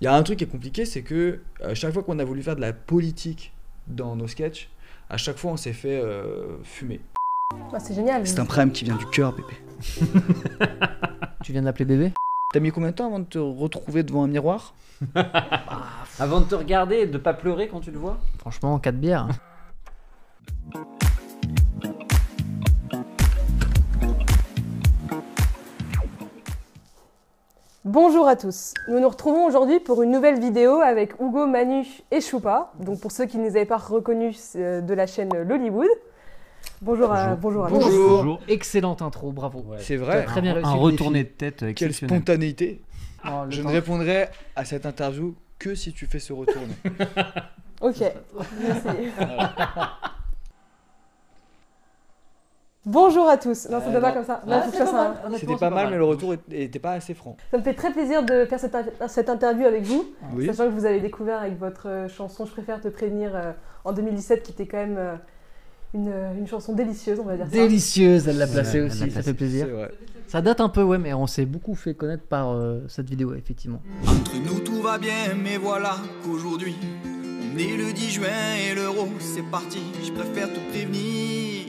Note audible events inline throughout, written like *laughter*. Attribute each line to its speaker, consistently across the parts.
Speaker 1: Il y a un truc qui est compliqué, c'est que à chaque fois qu'on a voulu faire de la politique dans nos sketchs, à chaque fois on s'est fait euh, fumer.
Speaker 2: Bah, c'est génial.
Speaker 3: C'est un prime qui vient du cœur, bébé.
Speaker 4: Tu viens de l'appeler bébé
Speaker 1: T'as mis combien de temps avant de te retrouver devant un miroir
Speaker 5: Avant de te regarder et de pas pleurer quand tu le vois
Speaker 4: Franchement, 4 *laughs* bières.
Speaker 2: Bonjour à tous. Nous nous retrouvons aujourd'hui pour une nouvelle vidéo avec Hugo, Manu et Choupa. Donc pour ceux qui ne les avaient pas reconnus c'est euh, de la chaîne Lollywood. Bonjour à bonjour à tous.
Speaker 1: Bonjour.
Speaker 4: Excellente intro, bravo.
Speaker 1: C'est
Speaker 4: T'as
Speaker 1: vrai.
Speaker 4: très bien réussi.
Speaker 5: Un
Speaker 4: le
Speaker 5: retourné
Speaker 4: défi.
Speaker 5: de tête
Speaker 1: Quelle
Speaker 5: exceptionnel.
Speaker 1: spontanéité.
Speaker 4: Oh, le
Speaker 1: Je ne
Speaker 4: temps.
Speaker 1: répondrai à cette interview que si tu fais ce *laughs* retourne.
Speaker 2: OK. *laughs* Merci. Bonjour à tous. Non, ça ne
Speaker 1: Euh,
Speaker 2: doit pas
Speaker 1: non.
Speaker 2: comme ça. Non, faut que je fasse un-
Speaker 1: C'était pas mal, mais le retour était pas assez franc.
Speaker 2: Ça me fait très plaisir de faire cette, inter- cette interview avec vous,
Speaker 1: Oui.
Speaker 2: sachant que vous avez découvert avec votre euh, chanson Je préfère te prévenir euh, en 2017, qui était quand même euh, une, euh, une chanson délicieuse, on va dire ça.
Speaker 4: Délicieuse, elle l'a placée
Speaker 5: elle l'a
Speaker 4: aussi, ça
Speaker 5: placée.
Speaker 4: fait
Speaker 1: C'est
Speaker 4: plaisir.
Speaker 1: vrai.
Speaker 4: Ça date un peu, ouais, mais on s'est beaucoup fait connaître par euh, cette vidéo, effectivement.
Speaker 6: Entre nous tout va bien, mais voilà qu'aujourd'hui, on est le 10 juin et l'euro, c'est parti, je préfère te prévenir.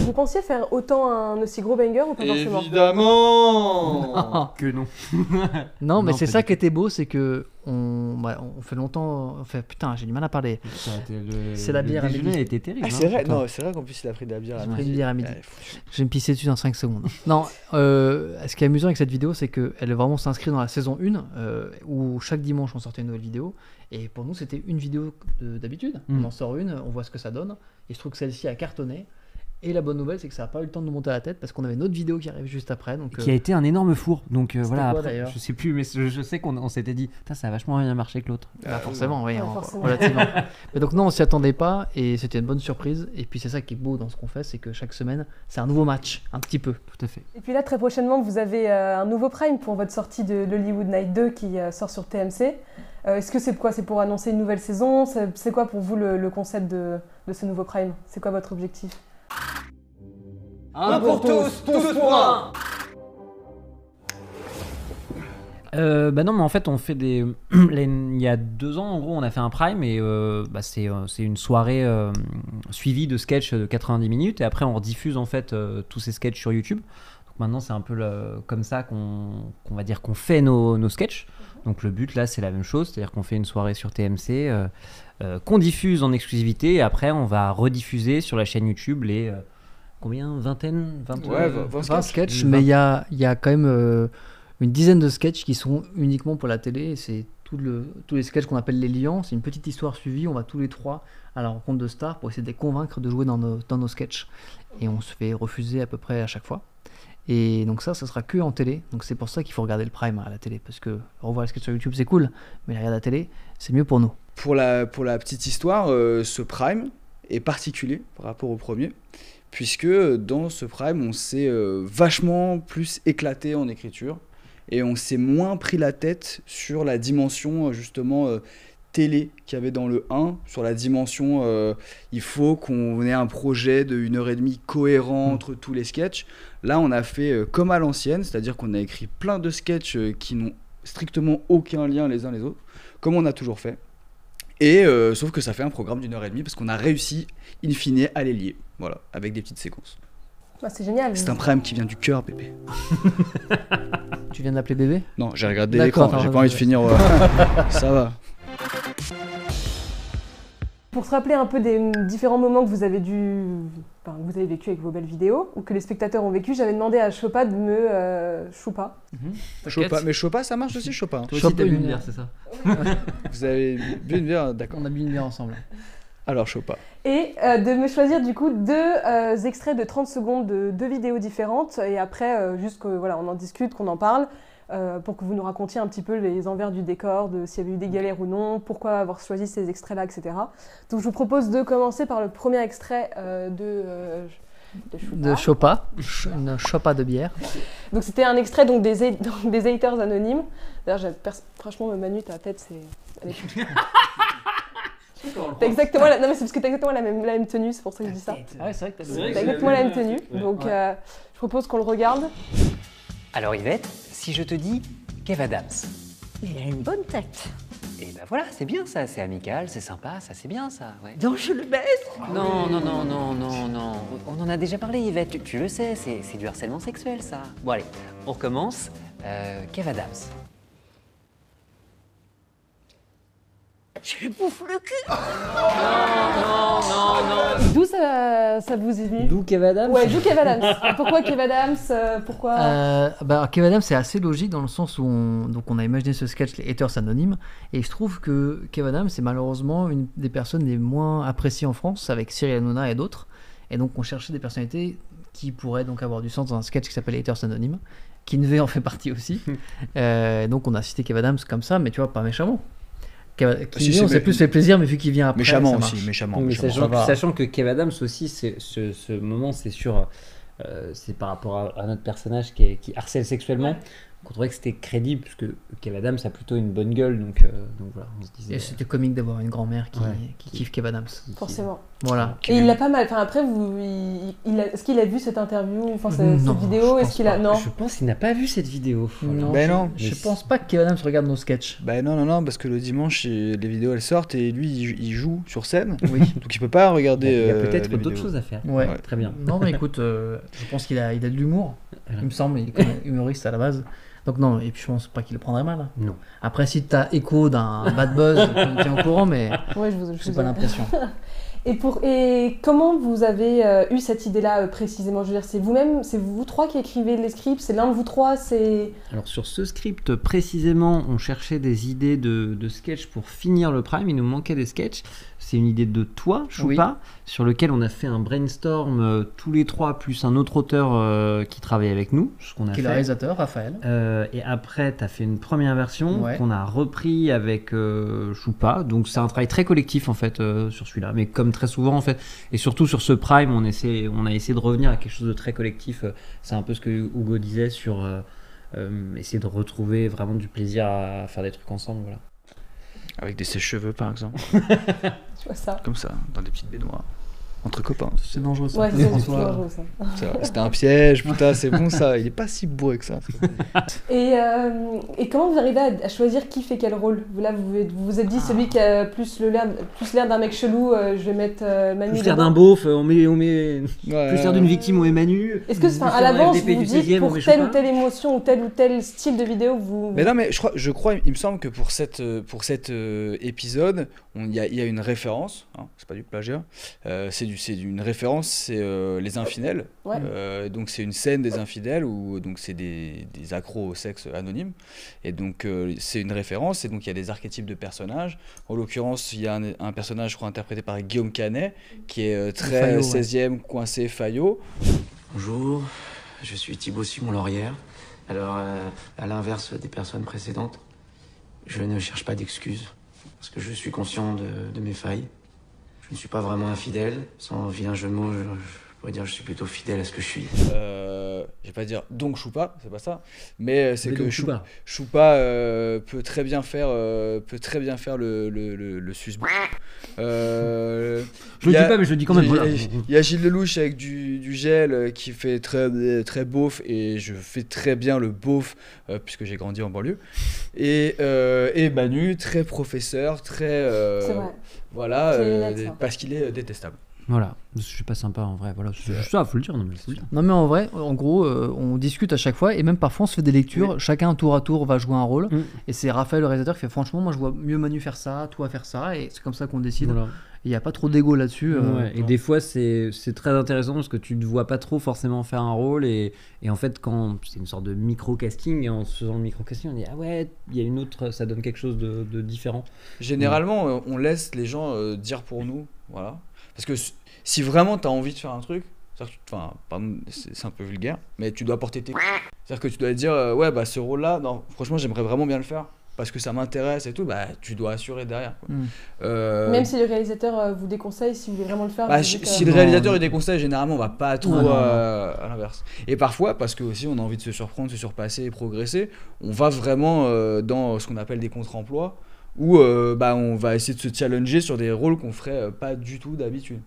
Speaker 2: Vous pensiez faire autant un aussi gros banger ou pas forcément
Speaker 1: Évidemment
Speaker 5: Que non.
Speaker 4: *laughs* Non, mais
Speaker 5: Non,
Speaker 4: c'est
Speaker 5: pas
Speaker 4: ça
Speaker 5: du
Speaker 4: qui était beau, c'est que on, ouais, on fait longtemps. On fait, putain, j'ai du mal à parler. C'est la bière à
Speaker 5: Le déjeuner
Speaker 4: midi.
Speaker 5: a été terrible.
Speaker 1: Ah, c'est
Speaker 5: hein,
Speaker 1: vrai,
Speaker 5: pour toi.
Speaker 1: non, c'est vrai qu'en plus il a pris de la bière.
Speaker 4: J'ai
Speaker 1: la
Speaker 4: pris une
Speaker 1: nuit.
Speaker 4: bière à midi.
Speaker 1: Ouais, faut-
Speaker 4: Je vais me pisser dessus dans 5 secondes. *laughs* Non, euh, ce qui est amusant avec cette vidéo, c'est qu'elle vraiment s'inscrit dans la saison 1, euh, où chaque dimanche on sortait une nouvelle vidéo. Et pour nous, c'était une vidéo de- d'habitude.
Speaker 5: Mm.
Speaker 4: On en sort une, on voit ce que ça donne. Il se trouve que celle-ci a cartonné. Et la bonne nouvelle, c'est que ça n'a pas eu le temps de nous monter à la tête parce qu'on avait une autre vidéo qui arrive juste après. Donc, euh,
Speaker 5: Qui a été un énorme four. Donc euh, voilà,
Speaker 4: quoi,
Speaker 5: après,
Speaker 4: d'ailleurs
Speaker 5: je sais plus, mais je je sais qu'on on s'était dit, Putain, ça a vachement bien marché que l'autre.
Speaker 4: bah, forcément, oui,
Speaker 2: Ouais,
Speaker 4: en-
Speaker 2: forcément.
Speaker 4: relativement.
Speaker 2: *laughs*
Speaker 4: Mais donc, non, on s'y attendait pas et c'était une bonne surprise. Et puis, c'est ça qui est beau dans ce qu'on fait, c'est que chaque semaine, c'est un nouveau match, un petit peu.
Speaker 5: Tout à fait.
Speaker 2: Et puis là, très prochainement, vous avez euh, un nouveau prime pour votre sortie de l'Hollywood Night 2 qui euh, sort sur TMC. Euh, Est-ce que c'est quoi C'est pour annoncer une nouvelle saison C'est c'est quoi pour vous le, le concept de, de ce nouveau prime C'est quoi votre objectif
Speaker 5: Un pour tous, tous pour un bah non mais en fait on fait des *clears throat* les- il y a deux ans en gros on a fait un prime et euh, bah, c'est euh, c'est une soirée euh, suivie de sketchs de 90 minutes et après on rediffuse en fait euh, tous ces sketchs sur YouTube donc maintenant c'est un peu le- comme ça qu'on qu'on va dire qu'on fait nos, nos sketchs
Speaker 4: Mhm.
Speaker 5: donc le but là c'est la même chose c'est à dire qu'on fait une soirée sur TMC euh, euh, qu'on diffuse en exclusivité et après on va rediffuser sur la chaîne YouTube les euh, combien vingtaine vingt- euh,
Speaker 1: Ouais, vingt- vingt
Speaker 4: 20
Speaker 1: sketchs.
Speaker 4: sketchs,
Speaker 5: Vingt.
Speaker 4: mais il y a, il y a quand même euh, une dizaine de sketchs qui sont uniquement pour la télé. et C'est tout le, tous les sketchs qu'on appelle les liants. C'est une petite histoire suivie. On va tous les trois à la rencontre de stars pour essayer de les convaincre de jouer dans nos, dans nos sketchs. Et on se fait refuser à peu près à chaque fois. Et donc ça, ça sera que en télé. Donc c'est pour ça qu'il faut regarder le prime à la télé. Parce que revoir les sketchs sur YouTube, c'est cool. Mais les regarder à la télé, c'est mieux pour nous.
Speaker 1: Pour la, pour la petite histoire, euh, ce prime est particulier par rapport au premier, puisque euh, dans ce prime, on s'est euh, vachement plus éclaté en écriture et on s'est moins pris la tête sur la dimension euh, justement euh, télé qu'il y avait dans le 1, sur la dimension euh, il faut qu'on ait un projet de une heure et demie cohérent entre tous les sketchs. Là, on a fait euh, comme à l'ancienne, c'est-à-dire qu'on a écrit plein de sketchs euh, qui n'ont strictement aucun lien les uns les autres, comme on a toujours fait. Et euh, sauf que ça fait un programme d'une heure et demie parce qu'on a réussi, in fine, à les lier. Voilà, avec des petites séquences.
Speaker 2: Bah, C'est génial.
Speaker 1: C'est un prime qui vient du cœur, bébé.
Speaker 4: Tu viens de l'appeler bébé
Speaker 1: Non, j'ai regardé
Speaker 4: D'accord,
Speaker 1: l'écran,
Speaker 4: t'as
Speaker 1: j'ai pas envie
Speaker 4: regardé.
Speaker 1: de finir. euh, ça va.
Speaker 2: Pour se rappeler un peu des mm, différents moments que vous avez dû, enfin, que vous avez vécu avec vos belles vidéos ou que les spectateurs ont vécu, j'avais demandé à Chopa de me euh, Choupa.
Speaker 1: Chopa, mais Chopa, ça marche aussi, Chopa. hein.
Speaker 4: Toi aussi, Chope t'as bu une une- bière,
Speaker 5: c'est ça
Speaker 1: Vous avez bu une bière, d'accord.
Speaker 4: On a bu une bière ensemble.
Speaker 1: Alors, Chopa.
Speaker 2: et euh, de me choisir du coup deux euh, extraits de 30 secondes de deux vidéos différentes et après euh, juste que voilà on en discute, qu'on en parle euh, pour que vous nous racontiez un petit peu les envers du décor, de s'il y avait eu des galères ou non, pourquoi avoir choisi ces extraits là, etc. Donc je vous propose de commencer par le premier extrait euh, de euh, de Choupa.
Speaker 4: De Chopa, Ch- une Chopa de bière.
Speaker 2: Donc c'était un extrait donc des, hate- *laughs* donc, des haters anonymes. D'ailleurs, j'ai pers- franchement, Manu, ta tête, c'est. elle est- T'as exactement la... Non, mais c'est parce que t'as exactement la même, la même tenue, c'est pour ça que je dis ça.
Speaker 5: Ah
Speaker 4: ouais, c'est vrai que t'as
Speaker 7: vrai
Speaker 2: T'as exactement Bah, la même tenue, donc euh, je propose qu'on le regarde.
Speaker 7: Alors Yvette, si je te dis Kev Adams,
Speaker 3: Il a une bonne tête.
Speaker 7: Et ben voilà, c'est bien ça, c'est amical, c'est sympa, ça c'est bien ça, ouais.
Speaker 3: Donc je le baise
Speaker 7: Non, non, non, non, non, non. On en a déjà parlé, Yvette, tu, tu le sais, c'est c'est du harcèlement sexuel ça. Bon allez, on recommence. Euh, Kev Adams.
Speaker 3: Je lui bouffe le cul
Speaker 2: D'où ça, ça vous est venu
Speaker 5: D'où Kev Adams
Speaker 2: Ouais, d'où Kev Adams. Pourquoi Kev Adams euh, Pourquoi
Speaker 4: Euh, bah, alors, Kev Adams, c'est assez logique dans le sens où on, donc on a imaginé ce sketch, les haters anonymes, et je trouve que Kev Adams, c'est malheureusement une des personnes les moins appréciées en France, avec Cyril Hanouna et d'autres. Et donc, on cherchait des personnalités qui pourraient donc avoir du sens dans un sketch qui s'appelle Haters Anonymes, qui ne en fait partie *laughs* aussi. Euh, donc, on a cité Kev Adams comme ça, mais tu vois, pas méchamment. Kev,
Speaker 1: Ah, si,
Speaker 4: Kinvey, on
Speaker 1: c'est
Speaker 4: s'est
Speaker 1: mé-
Speaker 4: plus fait plaisir, mais vu qu'il vient après.
Speaker 1: Méchamment
Speaker 4: ça
Speaker 1: aussi,
Speaker 4: marche.
Speaker 1: méchamment.
Speaker 5: Oui, mais
Speaker 1: méchamment.
Speaker 5: sachant,
Speaker 4: va.
Speaker 5: sachant que Kev Adams aussi, c'est- ce, ce moment, c'est sur, euh, c'est par rapport à, à notre personnage qui, est- qui harcèle sexuellement, qu'on trouvait que c'était crédible, puisque Kev Adams a plutôt une bonne gueule, donc, euh, donc voilà, on se disait.
Speaker 4: Et c'était comique d'avoir une grand-mère qui,
Speaker 5: Ouais.
Speaker 4: qui kiffe Kev Adams.
Speaker 5: euh, qui-
Speaker 2: Forcément.
Speaker 4: Voilà.
Speaker 2: Et il l'a pas mal. Enfin, après, vous, il, il a- est-ce qu'il a vu cette interview, enfin ce- cette,
Speaker 4: Non,
Speaker 2: vidéo
Speaker 4: je
Speaker 2: Est-ce
Speaker 4: pense
Speaker 2: qu'il a
Speaker 4: pas.
Speaker 2: non
Speaker 5: Je pense qu'il n'a pas vu cette vidéo.
Speaker 4: Non,
Speaker 1: Ben non.
Speaker 4: Je
Speaker 5: Mais
Speaker 4: pense pas que Kev Adams regarde nos sketchs.
Speaker 1: Bah non, non, non, parce que le dimanche, il- les vidéos elles sortent et lui il, il joue sur scène.
Speaker 4: Oui.
Speaker 1: Donc il peut pas
Speaker 5: Il y
Speaker 1: regarder.
Speaker 5: a- il y a
Speaker 1: euh,
Speaker 5: peut-être
Speaker 1: les
Speaker 5: d'autres
Speaker 1: vidéos.
Speaker 5: choses à faire.
Speaker 4: Ouais.
Speaker 1: Ouais.
Speaker 5: Très bien.
Speaker 4: Non, mais écoute, euh, je pense qu'il a, il a de l'humour, il me semble, il est quand même humoriste à la base. Donc non, et puis je pense pas qu'il le prendrait mal.
Speaker 5: Non.
Speaker 4: Après, si t'as écho d'un bad buzz, tu
Speaker 5: *laughs*
Speaker 4: me tiens au courant, mais
Speaker 2: Ouais, je vous. je
Speaker 4: j'ai
Speaker 2: vous-
Speaker 4: pas l'impression.
Speaker 2: *laughs* Et pour et comment vous avez euh, eu cette idée-là euh, précisément Je veux dire, c'est vous-même, c'est vous trois qui écrivez les scripts, c'est l'un de vous trois, c'est
Speaker 5: Alors sur ce script précisément, on cherchait des idées de, de sketch pour finir le prime. Il nous manquait des sketchs. C'est une idée de toi, Choupa, sur lequel on a fait un brainstorm euh, tous les trois plus un autre auteur euh, qui travaillait avec nous, ce qu'on a
Speaker 4: Qui est le
Speaker 5: fait.
Speaker 4: réalisateur, Raphaël
Speaker 5: Euh, et après, tu as fait une première version
Speaker 4: Ouais.
Speaker 5: qu'on a repris avec euh, Choupa. Donc c'est un travail très collectif en fait euh, sur celui-là. Mais comme très souvent en fait, et surtout sur ce Prime, on, essaie, on a essayé de revenir à quelque chose de très collectif. Euh, C'est un peu ce que Hugo disait sur euh, euh, essayer de retrouver vraiment du plaisir à faire des trucs ensemble. Voilà.
Speaker 1: Avec des sèche-cheveux par exemple,
Speaker 2: tu vois ça.
Speaker 1: comme ça, dans des petites baignoires. Entre copains.
Speaker 4: C'est dangereux ça.
Speaker 2: Ouais, c'est c'est
Speaker 4: François.
Speaker 2: dangereux ça.
Speaker 1: C'est vrai, C'était un piège, putain, c'est bon ça. Il est pas si bourré que ça.
Speaker 2: Et, euh, et comment vous arrivez à, à choisir qui fait quel rôle Vous, Là, vous êtes- vous vous êtes dit
Speaker 5: Ah.
Speaker 2: celui qui a plus le l'air plus l'air d'un mec chelou, euh, je vais mettre euh, Manu.
Speaker 5: Plus l'air
Speaker 2: dedans.
Speaker 5: d'un beauf, euh, on met, on met plus l'air d'une victime, on met Manu.
Speaker 2: Est-ce que,
Speaker 5: Plus
Speaker 2: enfin, à
Speaker 5: l'air d'un
Speaker 2: l'avance,
Speaker 5: FDP
Speaker 2: vous
Speaker 5: du
Speaker 2: dites
Speaker 5: 16e, on
Speaker 2: pour
Speaker 5: met
Speaker 2: telle
Speaker 5: Chopin
Speaker 2: ou telle émotion ou tel ou tel style de vidéo, vous
Speaker 1: Mais non, mais je crois, je crois, il me semble que pour cette, euh, pour cet euh, épisode, on- il y, a- il y a une référence. hein, c'est pas du plagiat. euh, c'est du, c'est une référence. C'est euh, les infidèles.
Speaker 2: Ouais.
Speaker 1: Euh, donc c'est une scène des infidèles où donc c'est des, des accros au sexe anonyme. Et donc euh, c'est une référence. Et donc il y a des archétypes de personnages. En l'occurrence, il y a un, un personnage, je crois, interprété par Guillaume Canet, qui est euh, très
Speaker 4: Fayot, ouais.
Speaker 1: 16e, coincé, faillot.
Speaker 8: Bonjour, je suis Thibaut Simon Laurière. Alors, euh, à l'inverse des personnes précédentes, je ne cherche pas d'excuses, parce que je suis conscient de, de mes failles. Je ne suis pas vraiment infidèle. Sans vilain jeu de mots, je, je pourrais dire que je suis plutôt fidèle à ce que je suis.
Speaker 1: Euh, je vais pas dire donc Choupa, c'est pas ça. Mais euh, c'est
Speaker 5: Mais
Speaker 1: que
Speaker 5: donc,
Speaker 1: Chou-
Speaker 5: Choupa.
Speaker 1: Choupa euh, peut très bien faire, euh, peut très bien faire le le le, le sus- Euh,
Speaker 5: Je le
Speaker 1: il y a-
Speaker 5: dis pas, mais je le dis quand même.
Speaker 1: il y a- *laughs*
Speaker 5: voilà.
Speaker 1: Il y a Gilles Lelouch avec du, du gel euh, qui fait très, très beauf et je fais très bien le beauf euh, puisque j'ai grandi en banlieue. Et, euh, et Manu, très professeur, très. euh,
Speaker 2: C'est vrai.
Speaker 1: Voilà,
Speaker 2: Très hein.
Speaker 1: euh,
Speaker 2: lunettes, ça.
Speaker 1: parce qu'il est euh, détestable.
Speaker 5: Voilà, je suis pas sympa en vrai. Voilà, c'est juste ça, faut le dire. Non, mais faut le dire.
Speaker 4: Non mais en vrai, en gros, euh, on discute à chaque fois et même parfois on se fait des lectures, chacun tour à tour va jouer un rôle
Speaker 5: Mm.
Speaker 4: et c'est Raphaël le réalisateur qui fait franchement moi je vois mieux Manu faire ça, toi faire ça et c'est comme ça qu'on décide.
Speaker 5: Voilà.
Speaker 4: Il n'y a pas trop d'ego là-dessus. euh,
Speaker 5: Ouais, Et des fois, c'est c'est très intéressant parce que tu ne vois pas trop forcément faire un rôle. Et, et en fait, quand c'est une sorte de micro-casting, et en se faisant le micro-casting, on dit Ah ouais, il y a une autre, ça donne quelque chose de, de différent.
Speaker 1: Généralement, euh, on laisse les gens euh, dire pour nous. Voilà. Parce que s- si vraiment tu as envie de faire un truc, c'est-à-dire que tu- enfin, pardon, c'est c'est un peu vulgaire, mais tu dois porter tes. C'est-à-dire que tu dois dire, euh, ouais, bah ce rôle-là, non, franchement, j'aimerais vraiment bien le faire parce que ça m'intéresse et tout, bah tu dois assurer derrière. quoi.
Speaker 4: Mm.
Speaker 1: Euh,
Speaker 2: Même si le réalisateur euh, vous déconseille, si vous voulez vraiment le faire,
Speaker 1: bah,
Speaker 2: vous
Speaker 1: si,
Speaker 2: dites,
Speaker 1: si
Speaker 2: euh,
Speaker 1: le
Speaker 4: Non,
Speaker 1: réalisateur
Speaker 4: non.
Speaker 1: il déconseille, généralement, on va pas trop
Speaker 4: non, non.
Speaker 1: euh, à l'inverse. Et parfois, parce que aussi on a envie de se surprendre, se surpasser et progresser, on va vraiment euh, dans ce qu'on appelle des contre-emplois, où euh, bah, on va essayer de se challenger sur des rôles qu'on ferait euh, pas du tout d'habitude.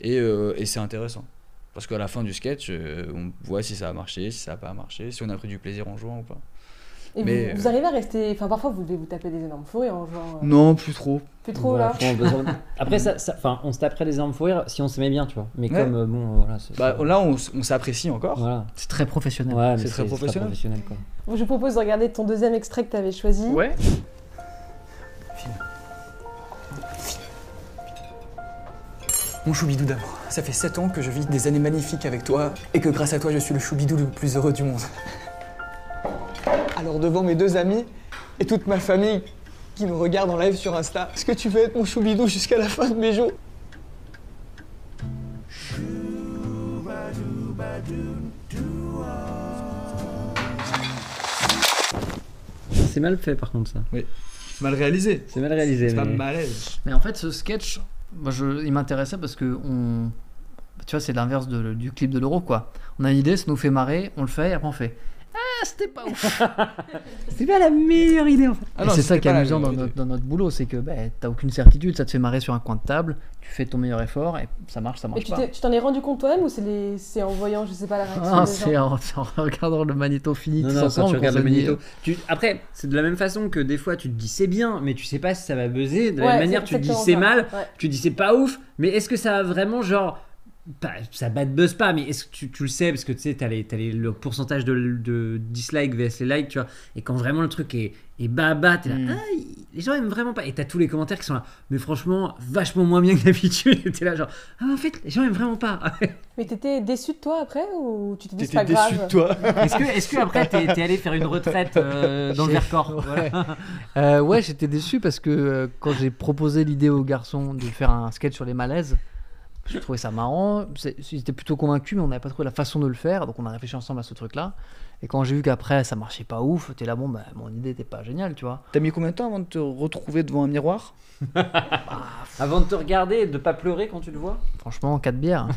Speaker 1: Et, euh, et c'est intéressant. Parce qu'à la fin du sketch, euh, on voit si ça a marché, si ça a pas marché, si on a pris du plaisir en jouant ou pas.
Speaker 2: Et
Speaker 1: Mais,
Speaker 2: vous,
Speaker 1: euh, Mm.
Speaker 2: vous arrivez à rester. Enfin, parfois, vous devez vous taper des énormes fous rires, hein, genre. euh,
Speaker 1: Non, plus trop.
Speaker 2: Plus trop,
Speaker 5: Voilà,
Speaker 1: Bah,
Speaker 2: là.
Speaker 5: je pense besoin
Speaker 2: *laughs*
Speaker 5: de- Après, ça, ça- enfin, on se taperait des armes pour rire si on s'aimait bien, tu vois. Mais
Speaker 1: Ouais.
Speaker 5: comme, euh, bon, euh, voilà. c'est-
Speaker 1: Bah,
Speaker 5: c'est-
Speaker 1: là, on, s- on s'apprécie encore.
Speaker 5: Voilà.
Speaker 4: C'est très professionnel.
Speaker 5: Ouais, mais
Speaker 1: C'est très professionnel.
Speaker 5: quoi.
Speaker 2: Je vous propose de regarder ton deuxième extrait que tu avais choisi.
Speaker 9: Mon choubidou d'abord. Ça fait 7 ans que je vis des années magnifiques avec toi et que grâce à toi, je suis le choubidou le plus heureux du monde. Alors devant mes deux amis et toute ma famille qui nous regarde en live sur Insta, est-ce que tu veux être mon choubidou jusqu'à la fin de mes jours
Speaker 5: C'est mal fait, par contre, ça.
Speaker 1: C'est mal réalisé.
Speaker 5: C'est mal réalisé.
Speaker 1: C'est pas
Speaker 5: mais-
Speaker 1: malaise.
Speaker 4: Mais en fait, ce sketch, moi, je, il m'intéressait parce que on, tu vois, c'est l'inverse de- du clip de l'euro, quoi. On a une idée, ça nous fait marrer, on le fait, et après on fait. Ah, c'était pas ouf.
Speaker 5: C'est pas la meilleure idée, en fait.
Speaker 1: Ah
Speaker 4: Et
Speaker 1: non,
Speaker 4: c'est ça
Speaker 1: c'était
Speaker 4: qui est
Speaker 1: pas la
Speaker 4: amusant dans
Speaker 1: meilleure
Speaker 4: notre,
Speaker 1: idée.
Speaker 4: dans notre boulot, c'est que ben, t'as aucune certitude, ça te fait marrer sur un coin de table, tu fais ton meilleur effort et ça marche, ça
Speaker 2: Et
Speaker 4: marche
Speaker 2: tu
Speaker 4: pas.
Speaker 2: t'es- tu t'en es rendu compte toi-même ou c'est les... c'est en voyant, je sais pas, la réaction
Speaker 4: Ah,
Speaker 2: des gens
Speaker 4: c'est en, c'est en regardant le magnéto fini
Speaker 5: Non,
Speaker 4: tous
Speaker 5: non, quand
Speaker 4: ensemble
Speaker 5: tu
Speaker 4: qu'on
Speaker 5: regardes le
Speaker 4: se dit,
Speaker 5: magnéto. tu- Après, c'est de la même façon que des fois, tu te dis c'est bien, mais tu sais pas si ça va buzzer. De la
Speaker 2: Ouais,
Speaker 5: même manière,
Speaker 2: c'est
Speaker 5: tu te dis
Speaker 2: exactement
Speaker 5: c'est
Speaker 2: ça.
Speaker 5: mal,
Speaker 2: Ouais.
Speaker 5: tu te dis c'est pas ouf, mais est-ce que ça va vraiment, genre. pas- ça bat de buzz pas, mais est-ce que tu, tu le sais parce que tu sais, t'as, les, t'as les- le pourcentage de, de dislike vs les likes, tu vois. Et quand vraiment le truc est, est bas bas, t'es là,
Speaker 4: Mm.
Speaker 5: ah, il- les gens aiment vraiment pas. Et t'as tous les commentaires qui sont là, mais franchement, vachement moins bien que d'habitude. Et t'es là, genre, ah, mais en fait, les gens aiment vraiment pas.
Speaker 2: Mais t'étais déçu de toi après ou tu t'es dit c'est
Speaker 1: T'étais
Speaker 2: pas grave
Speaker 1: déçu de toi.
Speaker 5: Est-ce que, est-ce que après t'es, t'es allé faire une retraite euh, dans le
Speaker 4: J'ai-
Speaker 5: Vercors *laughs*
Speaker 4: Ouais, Euh, ouais, j'étais déçu parce que euh, quand j'ai proposé l'idée aux garçons de faire un sketch sur les malaises, je trouvais ça marrant. C'est- Ils étaient plutôt convaincus, mais on n'avait pas trouvé la façon de le faire. Donc on a réfléchi ensemble à ce truc-là. Et quand j'ai vu qu'après ça marchait pas ouf, t'es là, bon, bah, mon idée était pas géniale, tu vois.
Speaker 1: T'as mis combien de temps avant de te retrouver devant un miroir
Speaker 5: Avant de te regarder et de pas pleurer quand tu le vois
Speaker 4: Franchement, 4
Speaker 5: *laughs*
Speaker 4: bières.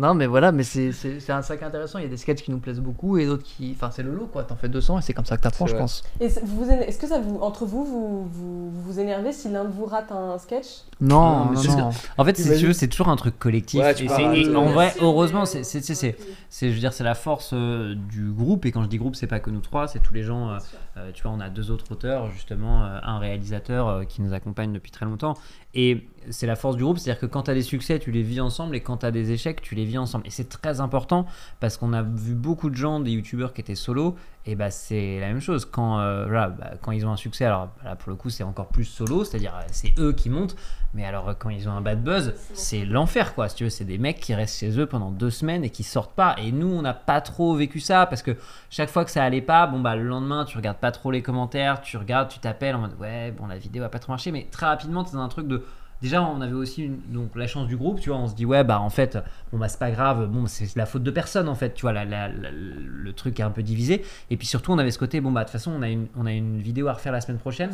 Speaker 4: non, mais voilà, mais c'est- c'est c'est un sac intéressant. Il y a des sketchs qui nous plaisent beaucoup et d'autres qui. Enfin, c'est le lot, quoi. T'en fais 200 et c'est comme ça que t'apprends,
Speaker 1: C'est
Speaker 4: je
Speaker 1: vrai.
Speaker 4: pense.
Speaker 2: Et c'est- vous vous éner- Est-ce que ça vous, entre vous, vous vous, vous vous énervez si l'un de vous rate un sketch
Speaker 4: Non,
Speaker 5: Non, mais
Speaker 4: non,
Speaker 5: c'est ce
Speaker 4: non.
Speaker 5: En fait, si
Speaker 1: Imagine.
Speaker 5: tu veux, c'est toujours un truc collectif.
Speaker 1: Ouais, tu
Speaker 5: Et
Speaker 1: parles
Speaker 5: c'est-
Speaker 1: de-
Speaker 5: en vrai, heureusement, c'est, c'est, c'est, c'est- c'est- je veux dire, c'est la force euh, du groupe. Et quand je dis groupe, c'est pas que nous trois, c'est tous les gens. euh, euh, tu vois, on a deux autres auteurs, justement, euh, un réalisateur euh, qui nous accompagne depuis très longtemps. Et c'est la force du groupe, c'est-à-dire que quand tu as des succès, tu les vis ensemble, et quand tu as des échecs, tu les vis ensemble. Et c'est très important parce qu'on a vu beaucoup de gens, des youtubeurs qui étaient solo, et bah c'est la même chose. Quand, euh, voilà, bah, quand ils ont un succès, alors là pour le coup, c'est encore plus solo, c'est-à-dire euh, c'est eux qui montent. Mais alors, euh, quand ils ont un bad buzz, c'est l'enfer, quoi. Si tu veux, c'est des mecs qui restent chez eux pendant deux semaines et qui sortent pas. Et nous, on n'a pas trop vécu ça parce que chaque fois que ça allait pas, bon, bah, le lendemain, tu regardes pas trop les commentaires, tu regardes, tu t'appelles en mode ouais, bon, la vidéo a pas trop marché. Mais très rapidement, c'est un truc de. Déjà, on avait aussi une- donc la chance du groupe, tu vois. On se dit ouais, bah en fait, bon bah c'est pas grave, bon c'est la faute de personne en fait, tu vois. la- la- la- le truc est un peu divisé. Et puis surtout, on avait ce côté bon bah de toute façon, on a une on a une vidéo à refaire la semaine prochaine.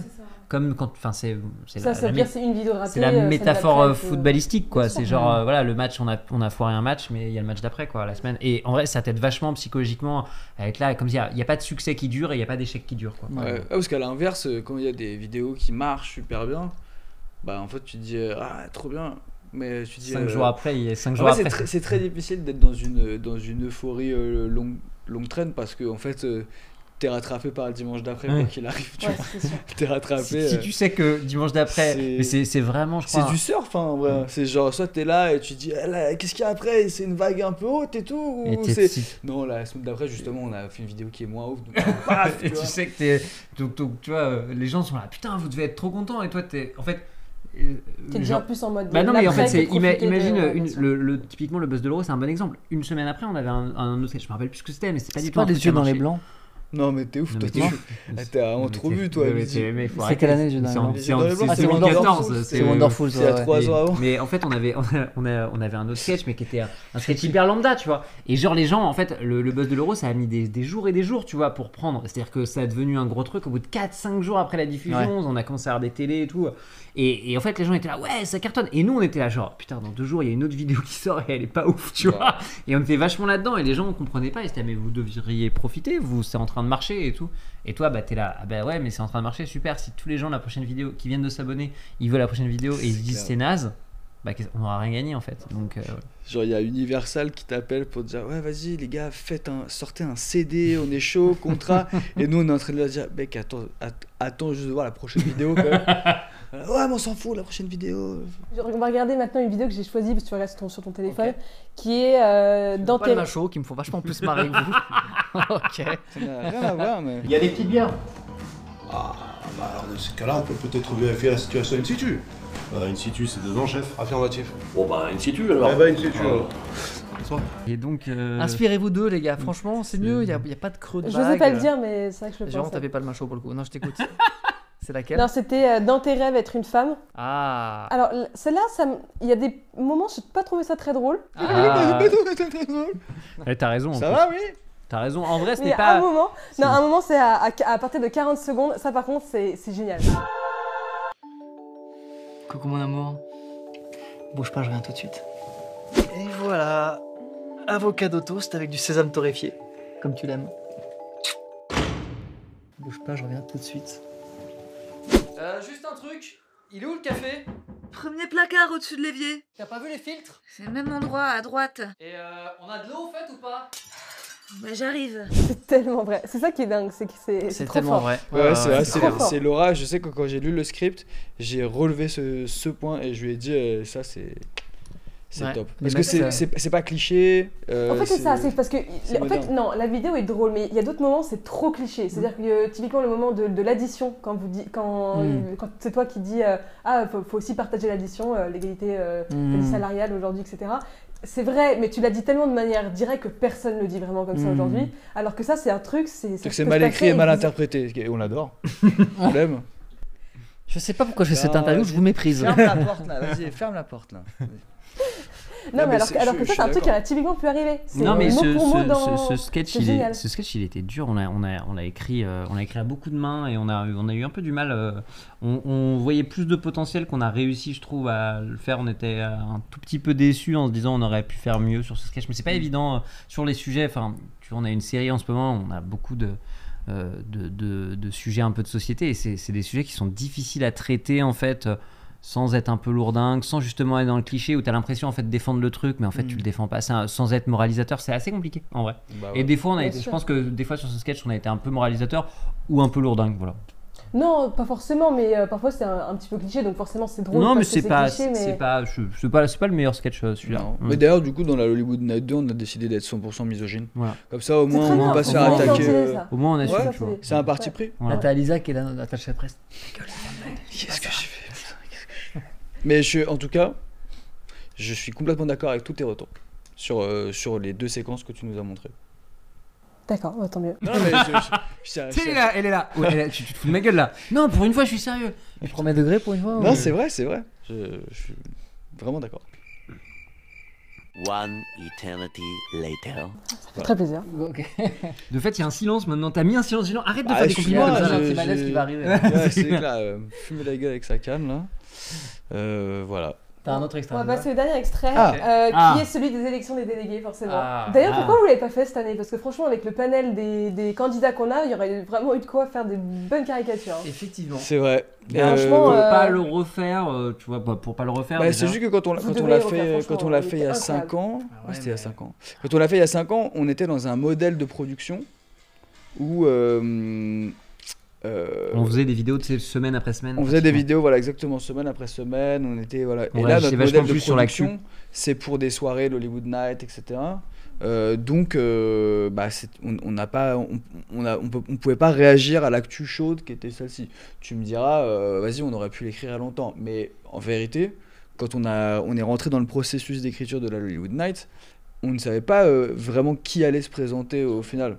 Speaker 5: Comme quand, enfin c'est c'est
Speaker 2: Ça,
Speaker 5: la-
Speaker 2: c'est
Speaker 5: la
Speaker 2: pire, c'est une vidéo ratée.
Speaker 5: c'est la
Speaker 2: euh, ça
Speaker 5: métaphore
Speaker 2: ne la
Speaker 5: euh,
Speaker 2: crée que-
Speaker 5: footballistique, quoi.
Speaker 2: Bien sûr.
Speaker 5: C'est genre, euh, voilà, le match, on a, on a foiré un match, mais il y a le match d'après, quoi, la semaine. Et en vrai, ça t'aide vachement psychologiquement à être là, comme il n'y a, il y a pas de succès qui dure et il n'y a pas d'échec qui dure, quoi.
Speaker 1: Ouais. Ah, parce qu'à l'inverse, euh, quand il y a des vidéos qui marchent super bien, bah en fait tu te dis euh, ah trop bien, mais tu te dis
Speaker 5: Cinq
Speaker 1: euh,
Speaker 5: jours après, il y a cinq
Speaker 1: en
Speaker 5: jours
Speaker 1: fait,
Speaker 5: après.
Speaker 1: c'est très- c'est très, difficile d'être dans une dans une euphorie euh, longue longue traîne parce que en fait euh, t'es rattrapé par le dimanche d'après
Speaker 5: Ouais.
Speaker 1: quoi qu'il arrive, tu
Speaker 2: Ouais,
Speaker 1: vois.
Speaker 2: c'est sûr.
Speaker 1: t'es
Speaker 5: Si,
Speaker 1: rattrapé.
Speaker 5: si
Speaker 1: euh,
Speaker 5: tu sais que dimanche d'après,
Speaker 1: c'est-
Speaker 5: mais c'est c'est vraiment, je
Speaker 1: C'est
Speaker 5: crois.
Speaker 1: du surf, hein, en vrai. C'est genre, soit t'es là et tu dis, Ah là, qu'est-ce qu'il y a après C'est une vague un peu haute et tout
Speaker 5: Et
Speaker 1: ou
Speaker 5: t'es-
Speaker 1: c'est-
Speaker 5: si-
Speaker 1: Non, la semaine d'après, justement, on a fait une vidéo qui est moins ouf.
Speaker 5: *laughs*
Speaker 1: donc,
Speaker 4: *laughs*
Speaker 1: paf,
Speaker 5: et
Speaker 1: tu vois.
Speaker 5: tu sais que t'es. Donc, donc, tu vois, euh, les gens sont là, putain, vous devez être trop contents. Et toi, t'es. En fait. euh,
Speaker 2: T'es
Speaker 5: *laughs* genre-
Speaker 2: déjà plus en mode.
Speaker 5: Bah non, mais en fait, c'est, ima-
Speaker 2: imagine
Speaker 5: imagine, euh, une- le, le- typiquement le buzz de l'euro, c'est un bon exemple. Une semaine après, on avait un, un autre, je me rappelle plus ce que c'était, mais c'est pas
Speaker 4: C'est
Speaker 5: du
Speaker 4: pas
Speaker 5: tout. un
Speaker 4: les
Speaker 5: truc
Speaker 4: yeux
Speaker 5: qui a
Speaker 4: dans les
Speaker 5: marché.
Speaker 4: blancs.
Speaker 1: Non, mais t'es ouf,
Speaker 5: Non,
Speaker 1: toi.
Speaker 5: mais
Speaker 1: t'es
Speaker 5: t'es
Speaker 1: ouf. Ah, T'es
Speaker 5: Non,
Speaker 1: en
Speaker 5: mais
Speaker 1: trop
Speaker 5: t'es-
Speaker 1: vu, toi.
Speaker 5: non, mais
Speaker 1: Luigi.
Speaker 5: t'es- mais faut
Speaker 4: C'est
Speaker 5: arrêter.
Speaker 4: quelle année, les yeux dans
Speaker 5: C'est
Speaker 4: les
Speaker 5: en-
Speaker 4: blancs
Speaker 5: C'est en-
Speaker 1: Ah,
Speaker 5: c'est euh,
Speaker 1: c'est
Speaker 5: 2014.
Speaker 1: Wonderful,
Speaker 4: C'est Wonderful,
Speaker 1: C'est à
Speaker 4: ouais.
Speaker 1: trois ans avant.
Speaker 5: Mais en fait, on avait, *laughs* on a- on a- on avait un autre sketch, mais qui était un, un sketch hyper lambda, tu vois. Et genre, les gens, en fait, le, le buzz de l'euro, ça a mis des, des jours et des jours, tu vois, pour prendre. C'est-à-dire que ça a devenu un gros truc au bout de 4-5 jours après la diffusion.
Speaker 4: Ouais.
Speaker 5: On a commencé à avoir des télés et tout. Et, et en fait, les gens étaient là, ouais, ça cartonne. Et nous, on était là, genre, putain, dans deux jours, il y a une autre vidéo qui sort et elle est pas ouf,
Speaker 4: Bah,
Speaker 5: tu vois. Et on était vachement là-dedans. Et les gens, on comprenait pas. Ils étaient, là, mais vous devriez profiter, vous, c'est en train de marcher et tout. Et toi, bah, t'es là, ah bah ouais, mais c'est en train de marcher, super. Si tous les gens, la prochaine vidéo, qui viennent de s'abonner, ils veulent la prochaine vidéo et ils se disent
Speaker 1: clair.
Speaker 5: c'est naze, bah, qu'est-ce- on n'aura rien gagné en fait. Donc, euh,
Speaker 1: Genre, il y a Universal qui t'appelle pour te dire Ouais, vas-y, les gars, faites un, sortez un CD, on est chaud, *laughs* contrat. et nous, on est en train de leur dire Mec, attends, att- attends juste de voir la prochaine vidéo quand même. Euh, ouais, mais on s'en fout, la prochaine vidéo.
Speaker 2: On va regarder maintenant une vidéo que j'ai choisie, parce que tu regardes sur ton, sur ton téléphone, qui est euh, dans
Speaker 4: Pas le
Speaker 2: tes...
Speaker 4: macho qui me font vachement plus marrer que vous. ok.
Speaker 1: Ça n'a rien à voir, mais.
Speaker 10: Il y a des petites bières.
Speaker 11: Bah alors, dans ce cas-là, on peut peut-être vérifier la situation in situ.
Speaker 10: in situ, c'est dedans, chef.
Speaker 11: Affirmatif.
Speaker 10: Bon, bah, in situ
Speaker 11: Eh ben, in situ, alors.
Speaker 5: et donc, euh,
Speaker 4: Inspirez-vous d'eux, les gars. Franchement, c'est mieux. Il n'y a, il y a pas de creux de
Speaker 2: Je
Speaker 4: vague.
Speaker 2: n'osais pas le dire, mais c'est vrai que je le
Speaker 4: Jérôme,
Speaker 2: pense.
Speaker 4: t'avais pas le macho pour le coup. Non, je t'écoute. c'est laquelle
Speaker 2: Non, c'était euh, Dans tes rêves, être une femme.
Speaker 4: Ah.
Speaker 2: Alors, l- celle-là, ça me- il y a des moments, je n'ai pas trouvé ça très drôle.
Speaker 5: ah, ouais, Eh, t'as raison. en
Speaker 1: Ça
Speaker 5: plus.
Speaker 1: va, oui
Speaker 5: T'as raison. En vrai, Ah, ce
Speaker 2: Mais
Speaker 5: n'est
Speaker 2: à un
Speaker 5: pas.
Speaker 2: moment, non, à un moment, c'est à, à- à partir de 40 secondes. Ça, par contre, c'est c'est génial.
Speaker 9: Coucou mon amour. Bouge pas, je reviens tout de suite.
Speaker 10: Et voilà. Avocado toast avec du sésame torréfié.
Speaker 9: Comme tu l'aimes. Bouge pas, je reviens tout de suite.
Speaker 10: Euh, juste un truc. Il est où le café
Speaker 3: Premier placard au-dessus de l'évier.
Speaker 10: T'as pas vu les filtres
Speaker 3: C'est le même endroit, à droite.
Speaker 10: Et euh, on a de l'eau en fait ou pas
Speaker 3: Bah j'arrive.
Speaker 2: C'est tellement vrai. C'est ça qui est dingue, c'est que c'est
Speaker 4: C'est
Speaker 2: trop
Speaker 4: tellement
Speaker 2: fort.
Speaker 4: vrai.
Speaker 1: Ouais, ouais, c'est- ah, c'est
Speaker 2: trop fort.
Speaker 1: c'est Laura. Je sais que quand j'ai lu le script, j'ai relevé ce, ce point et je lui ai dit euh, Ça, c'est. C'est
Speaker 4: Ouais.
Speaker 1: top.
Speaker 4: Les
Speaker 1: Parce que
Speaker 4: mecs,
Speaker 1: c'est-
Speaker 4: ça-
Speaker 1: c'est c'est pas cliché. euh,
Speaker 2: En fait, c'est ça, c'est parce que. En fait,
Speaker 1: moderne.
Speaker 2: non, la vidéo est drôle, mais il y a d'autres moments, c'est trop cliché. C'est-à-dire que euh, typiquement, le moment de, de l'addition, quand, vous dit- quand,
Speaker 4: Mm.
Speaker 2: quand c'est toi qui dis euh, Ah, faut, faut aussi partager l'addition, euh, l'égalité euh,
Speaker 4: Mm.
Speaker 5: Hmm.
Speaker 2: salariale aujourd'hui, etc. C'est vrai, mais tu l'as dit tellement de manière directe que personne ne le dit vraiment comme ça
Speaker 5: Hmm.
Speaker 4: Mm.
Speaker 2: aujourd'hui. Alors que ça, c'est un truc, c'est. ça
Speaker 1: c'est que c'est
Speaker 2: peut
Speaker 1: mal
Speaker 2: se
Speaker 1: écrit
Speaker 2: passer
Speaker 1: et mal
Speaker 2: vous-
Speaker 1: interprété. Et On
Speaker 2: *laughs*
Speaker 1: l'adore. on l'aime.
Speaker 4: Je sais pas pourquoi je fais cette
Speaker 1: Ah, *laughs*
Speaker 4: interview, je vous méprise.
Speaker 1: Ferme la porte là, vas-y, ferme la porte là.
Speaker 2: Non,
Speaker 1: Non,
Speaker 2: mais
Speaker 1: mais
Speaker 2: alors,
Speaker 1: c'est-
Speaker 2: alors
Speaker 1: je-
Speaker 2: que ça,
Speaker 1: je
Speaker 2: c'est un
Speaker 1: suis
Speaker 2: truc qui
Speaker 1: d'accord.
Speaker 2: aurait typiquement pu arriver. C'est
Speaker 5: Non, mais
Speaker 2: mot
Speaker 5: ce,
Speaker 2: pour
Speaker 5: ce-
Speaker 2: mot
Speaker 5: ce-
Speaker 2: dans-
Speaker 5: ce sketch,
Speaker 2: c'est
Speaker 5: il est,
Speaker 2: génial.
Speaker 5: ce sketch, il était dur. On l'a on a, on l'a écrit, euh, on l'a écrit à beaucoup de mains et on a, on a eu un peu du mal. euh, on, on voyait plus de potentiel qu'on a réussi, je trouve, à le faire. On était euh, un tout petit peu déçus en se disant on aurait pu faire mieux sur ce sketch, mais c'est
Speaker 2: Mm.
Speaker 5: pas évident euh, sur les sujets. Enfin, tu vois, on a une série en ce moment, on a beaucoup de. euh, de, de- de sujets un peu de société et c'est c'est des sujets qui sont difficiles à traiter en fait euh, sans être un peu lourdingue sans justement être dans le cliché où tu as l'impression en fait de défendre le truc mais en fait
Speaker 1: Mm.
Speaker 5: tu le défends pas C'est un- sans être moralisateur c'est assez compliqué en vrai et des fois, on a
Speaker 2: Bien
Speaker 5: été, je
Speaker 2: sûr.
Speaker 5: pense que des fois sur ce sketch, on a été un peu moralisateur ou un peu lourdingue, voilà.
Speaker 2: Non, pas forcément, mais euh, parfois c'est un, un petit peu cliché, donc forcément c'est drôle.
Speaker 5: non, mais
Speaker 2: parce que
Speaker 5: c'est pas,
Speaker 2: cliché,
Speaker 5: c'est-
Speaker 2: mais-
Speaker 5: c'est pas, je- c'est pas, c'est pas le meilleur sketch euh, celui-là.
Speaker 1: Non.
Speaker 5: Mm.
Speaker 1: Mais d'ailleurs, du coup, dans la Hollywood Night 2, on a décidé d'être 100% misogyne.
Speaker 5: Voilà.
Speaker 1: Comme ça, au
Speaker 2: C'est
Speaker 1: moins,
Speaker 2: très
Speaker 1: on
Speaker 2: bien,
Speaker 1: va pas se
Speaker 2: c'est
Speaker 1: faire
Speaker 2: bien
Speaker 1: attaquer.
Speaker 2: ventilé,
Speaker 1: euh,
Speaker 2: ça.
Speaker 5: Au moins, on a
Speaker 1: Ouais,
Speaker 5: su,
Speaker 2: ça,
Speaker 5: tu vois.
Speaker 1: C'est un parti pris.
Speaker 5: Voilà.
Speaker 4: Là, t'as Lisa qui est là, attachée à la presse.
Speaker 1: Qu'est-ce que j'ai fait putain, qu'est-ce que- Mais je, en tout cas, je suis complètement d'accord avec tous tes retours sur, euh, sur les deux séquences que tu nous as montrées.
Speaker 2: D'accord, bah, tant mieux.
Speaker 1: Non, mais je- je- je-
Speaker 5: *laughs* Tu sais, elle est
Speaker 1: je-
Speaker 5: là, elle est là. Ouais, elle est là. Tu, tu te fous de ma gueule là. Non, pour une fois, je suis sérieux.
Speaker 4: Tu prends mes degrés pour une fois
Speaker 1: Non,
Speaker 4: ou-
Speaker 1: c'est vrai, c'est vrai. Je, je suis vraiment d'accord.
Speaker 6: One eternity later.
Speaker 2: Très plaisir.
Speaker 4: Ok.
Speaker 5: De fait, il y a un silence maintenant. T'as mis un silence gênant. Arrête de
Speaker 1: Ah,
Speaker 5: faire des
Speaker 1: je suis
Speaker 4: Il y
Speaker 5: compliments.
Speaker 4: a
Speaker 1: là,
Speaker 5: comme
Speaker 4: un
Speaker 5: ça.
Speaker 1: je-
Speaker 4: petit malaise
Speaker 1: je-
Speaker 4: qui va
Speaker 1: *laughs*
Speaker 4: arriver.
Speaker 1: Ouais, c'est là, euh, fumer la gueule avec sa canne là. Euh, voilà.
Speaker 4: T'as un autre
Speaker 2: On
Speaker 4: extrait.
Speaker 2: va
Speaker 4: là.
Speaker 2: passer au dernier extrait,
Speaker 1: Ah.
Speaker 2: euh, qui
Speaker 5: Ah.
Speaker 2: est celui des élections des délégués, forcément.
Speaker 4: Ah.
Speaker 2: D'ailleurs,
Speaker 5: Ah.
Speaker 2: pourquoi vous l'avez pas fait cette année Parce que franchement, avec le panel des, des candidats qu'on a, il y aurait vraiment eu de quoi faire des bonnes caricatures. hein.
Speaker 4: Effectivement.
Speaker 1: C'est vrai.
Speaker 2: Bah, franchement,
Speaker 5: Pour
Speaker 2: euh,
Speaker 5: pas le refaire, euh, tu vois, pas- pour pas le refaire.
Speaker 1: Bah,
Speaker 5: déjà.
Speaker 1: c'est juste que quand on, l'a-
Speaker 2: Vous
Speaker 1: quand on
Speaker 2: devriez
Speaker 1: l'a
Speaker 2: refaire,
Speaker 1: fait,
Speaker 2: franchement,
Speaker 1: quand on l'a
Speaker 2: il
Speaker 1: fait il y a
Speaker 2: était incroyable.
Speaker 1: 5 ans,
Speaker 4: Ah
Speaker 1: ouais,
Speaker 4: ouais,
Speaker 1: c'était il y a
Speaker 4: mais-
Speaker 1: 5 ans. Quand on l'a fait il y a 5 ans, on était dans un modèle de production où euh, euh,
Speaker 5: On faisait des vidéos de ces semaine après semaine.
Speaker 1: on faisait des vidéos voilà exactement semaine après semaine, on était voilà
Speaker 5: On
Speaker 1: et là
Speaker 5: réagissait
Speaker 1: notre
Speaker 5: vachement
Speaker 1: modèle de
Speaker 5: plus sur l'actu.
Speaker 1: production, c'est pour des soirées l'Hollywood Night etc. Euh, donc euh, bah, c'est- on on n'a pas on, on, a- on peut- on pouvait pas réagir à l'actu chaude qui était celle-ci. Tu me diras euh, vas-y on aurait pu l'écrire à longtemps mais en vérité quand on, a, on est rentré dans le processus d'écriture de la Hollywood Night, on ne savait pas euh, vraiment qui allait se présenter au final.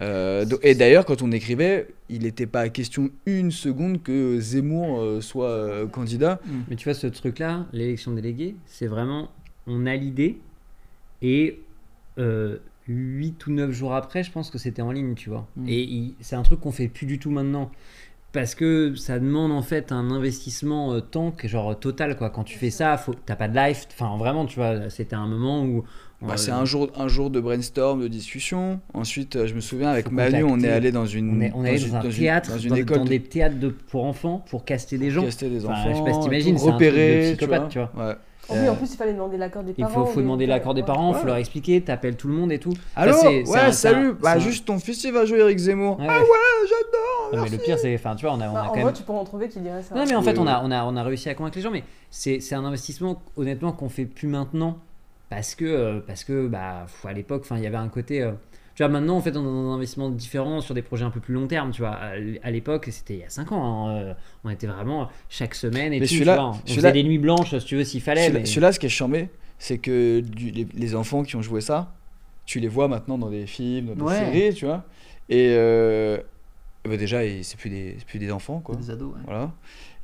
Speaker 1: Euh, do- et d'ailleurs, quand on écrivait, il n'était pas question une seconde que Zemmour euh, soit euh, candidat.
Speaker 5: Mais tu vois, ce truc-là, l'élection déléguée, c'est vraiment, on a l'idée, et 8 ou 9 jours après, je pense que c'était en ligne, tu vois.
Speaker 4: Mm.
Speaker 5: Et il- c'est un truc qu'on fait plus du tout maintenant. Parce que ça demande en fait un investissement euh, tank, genre total quoi. Quand tu fais ça, faut- t'as pas de life. Enfin vraiment, tu vois, c'était un moment où.
Speaker 1: Bah,
Speaker 5: euh,
Speaker 1: c'est un jour, un jour de brainstorm, de discussion. Ensuite, euh, je me souviens, avec
Speaker 5: Faut
Speaker 1: Manu, on
Speaker 5: contacter.
Speaker 1: est allé dans une,
Speaker 5: On est, on est
Speaker 1: une-
Speaker 5: dans un
Speaker 1: une-
Speaker 5: théâtre, dans,
Speaker 1: dans une
Speaker 5: dans
Speaker 1: école de-
Speaker 5: des théâtres de- pour enfants, pour caster des
Speaker 1: pour
Speaker 5: gens.
Speaker 1: caster des
Speaker 5: Enfin,
Speaker 1: enfants,
Speaker 5: je sais pas si
Speaker 1: et
Speaker 5: t'imagines,
Speaker 1: tout,
Speaker 5: c'est un truc de
Speaker 1: repérer,
Speaker 5: psychopathe, tu vois.
Speaker 1: Ouais.
Speaker 2: Oh oui, en plus, il fallait demander l'accord des
Speaker 5: Euh, Il
Speaker 2: parents.
Speaker 5: faut, faut
Speaker 2: oui.
Speaker 5: demander l'accord des parents, faut
Speaker 1: Ouais.
Speaker 5: leur expliquer, t'appelles tout le monde et tout.
Speaker 1: Allô
Speaker 5: Ça, c'est-
Speaker 1: Ouais,
Speaker 5: c'est un- c'est un-
Speaker 1: salut
Speaker 5: c'est
Speaker 1: Bah,
Speaker 5: un-
Speaker 1: juste ton fils, il va jouer Eric Zemmour.
Speaker 5: Ouais,
Speaker 1: Ah
Speaker 5: ouais.
Speaker 1: ouais,
Speaker 5: Non, mais le pire, c'est. Enfin, tu vois, on a, on a
Speaker 2: Bah, en
Speaker 5: quand
Speaker 2: vrai,
Speaker 5: même.
Speaker 2: tu pourrais en trouver qui dirait ça.
Speaker 5: Non, mais en fait, on
Speaker 2: euh,
Speaker 5: a, on, a, on a réussi à convaincre les gens, mais c'est c'est un investissement, honnêtement, qu'on fait plus maintenant. Parce que, euh, parce que bah, pff, à l'époque, 'fin, il y avait un côté. euh, tu vois, maintenant, en fait, on est dans un investissement différent sur des projets un peu plus long terme. Tu vois, à l- à l'époque, c'était il y a 5 ans. hein, euh, on était vraiment chaque semaine et
Speaker 1: Mais
Speaker 5: tout.
Speaker 1: celui-là-
Speaker 5: tu vois, on
Speaker 1: celui-là-
Speaker 5: faisait des nuits blanches, si tu veux, s'il fallait.
Speaker 1: Celui-là,
Speaker 5: mais-
Speaker 1: celui-là, ce qui est chambé, c'est que du- les, les enfants qui ont joué ça, tu les vois maintenant dans des films, dans des
Speaker 5: Ouais.
Speaker 1: séries, tu vois. Et euh, bah déjà, ils- c'est plus des, c'est plus des enfants, quoi.
Speaker 4: Des ados, ouais.
Speaker 1: Voilà.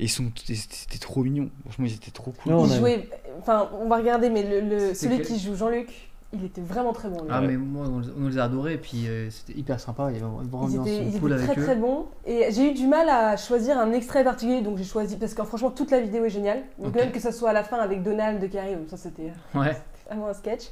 Speaker 1: Et ils sont, ils- c'était trop mignon. Franchement, ils étaient trop cool.
Speaker 5: Non,
Speaker 2: Il jouait- Enfin, on va regarder, mais le, le-
Speaker 4: C'était
Speaker 2: celui
Speaker 4: quel-
Speaker 2: qui joue Jean-Luc, il était vraiment très bon. lui.
Speaker 4: Ah, mais moi, on, les- on les a adorés, et puis euh, c'était hyper sympa. Il y avait une vraie
Speaker 2: Ils
Speaker 4: ambiance
Speaker 2: étaient, ils
Speaker 4: cool
Speaker 2: étaient
Speaker 4: avec
Speaker 2: très
Speaker 4: eux.
Speaker 2: très bons. Et j'ai eu du mal à choisir un extrait particulier, donc j'ai choisi. Parce que franchement, toute la vidéo est géniale. Donc
Speaker 4: Ok.
Speaker 2: même que ça soit à la fin avec Donald qui arrive, ça c'était
Speaker 4: Ouais.
Speaker 2: vraiment un sketch.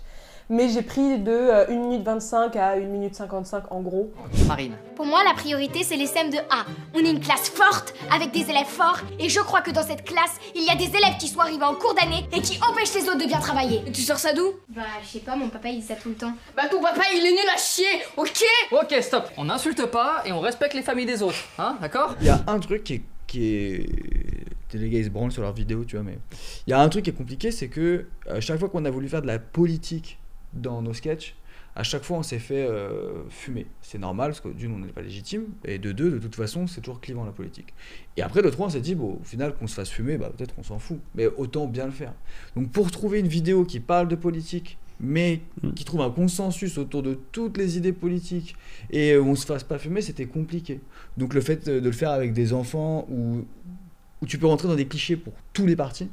Speaker 2: Mais j'ai pris de euh, 1 minute 25 à 1 minute 55 en gros.
Speaker 7: Marine.
Speaker 12: Pour moi, la priorité, c'est les SEM de A. On est une classe forte, avec des élèves forts, et je crois que dans cette classe, il y a des élèves qui sont arrivés en cours d'année et qui empêchent les autres de bien travailler. tu sors ça d'où Bah, je sais pas, mon papa, il dit ça tout le temps. Bah, ton papa, il est nul à chier, ok
Speaker 13: Ok, stop. On n'insulte pas et on respecte les familles des autres, hein, d'accord
Speaker 1: Il y a un truc qui est. Qui est... Les gars, ils se branlent sur leurs vidéos, tu vois, mais il y a un truc qui est compliqué, c'est que à chaque fois qu'on a voulu faire de la politique dans nos sketchs, à chaque fois on s'est fait euh, fumer. C'est normal, parce que d'une, on n'est pas légitime, et de deux, de toute façon, c'est toujours clivant la politique. Et après, de trois, on s'est dit, bon, au final, qu'on se fasse fumer, bah, peut-être qu'on s'en fout, mais autant bien le faire. Donc pour trouver une vidéo qui parle de politique, mais qui trouve un consensus autour de toutes les idées politiques et où on se fasse pas fumer, c'était compliqué. Donc le fait euh, de le faire avec des enfants ou où tu peux rentrer dans des clichés pour tous les partis,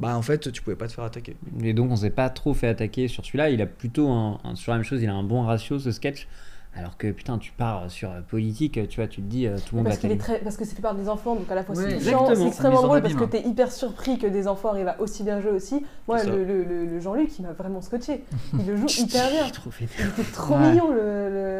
Speaker 1: bah en fait tu pouvais pas te faire attaquer.
Speaker 5: Et donc on s'est pas trop fait attaquer sur celui-là. Il a plutôt un, un- sur la même chose, il a un bon ratio ce sketch. Alors que putain, tu pars sur euh, politique, tu vois, tu te dis euh, tout le monde va
Speaker 2: Parce, qu'il est
Speaker 5: t'aimer.
Speaker 2: très, parce que c'est fait par des enfants, donc à la fois
Speaker 5: Ouais,
Speaker 2: c'est
Speaker 5: exactement,
Speaker 2: touchant,
Speaker 5: c'est
Speaker 2: c'est
Speaker 5: une
Speaker 2: extrêmement
Speaker 5: mise en
Speaker 2: drôle parce que
Speaker 5: abîme,
Speaker 2: t'es hyper surpris que des enfants arrivent à aussi bien jouer aussi. Moi,
Speaker 5: C'est ça.
Speaker 2: le, le- le- le Jean-Luc, il m'a vraiment scotché. Il
Speaker 5: *laughs*
Speaker 2: le joue hyper bien.
Speaker 5: Il
Speaker 2: était trop
Speaker 4: Ouais.
Speaker 2: mignon, le,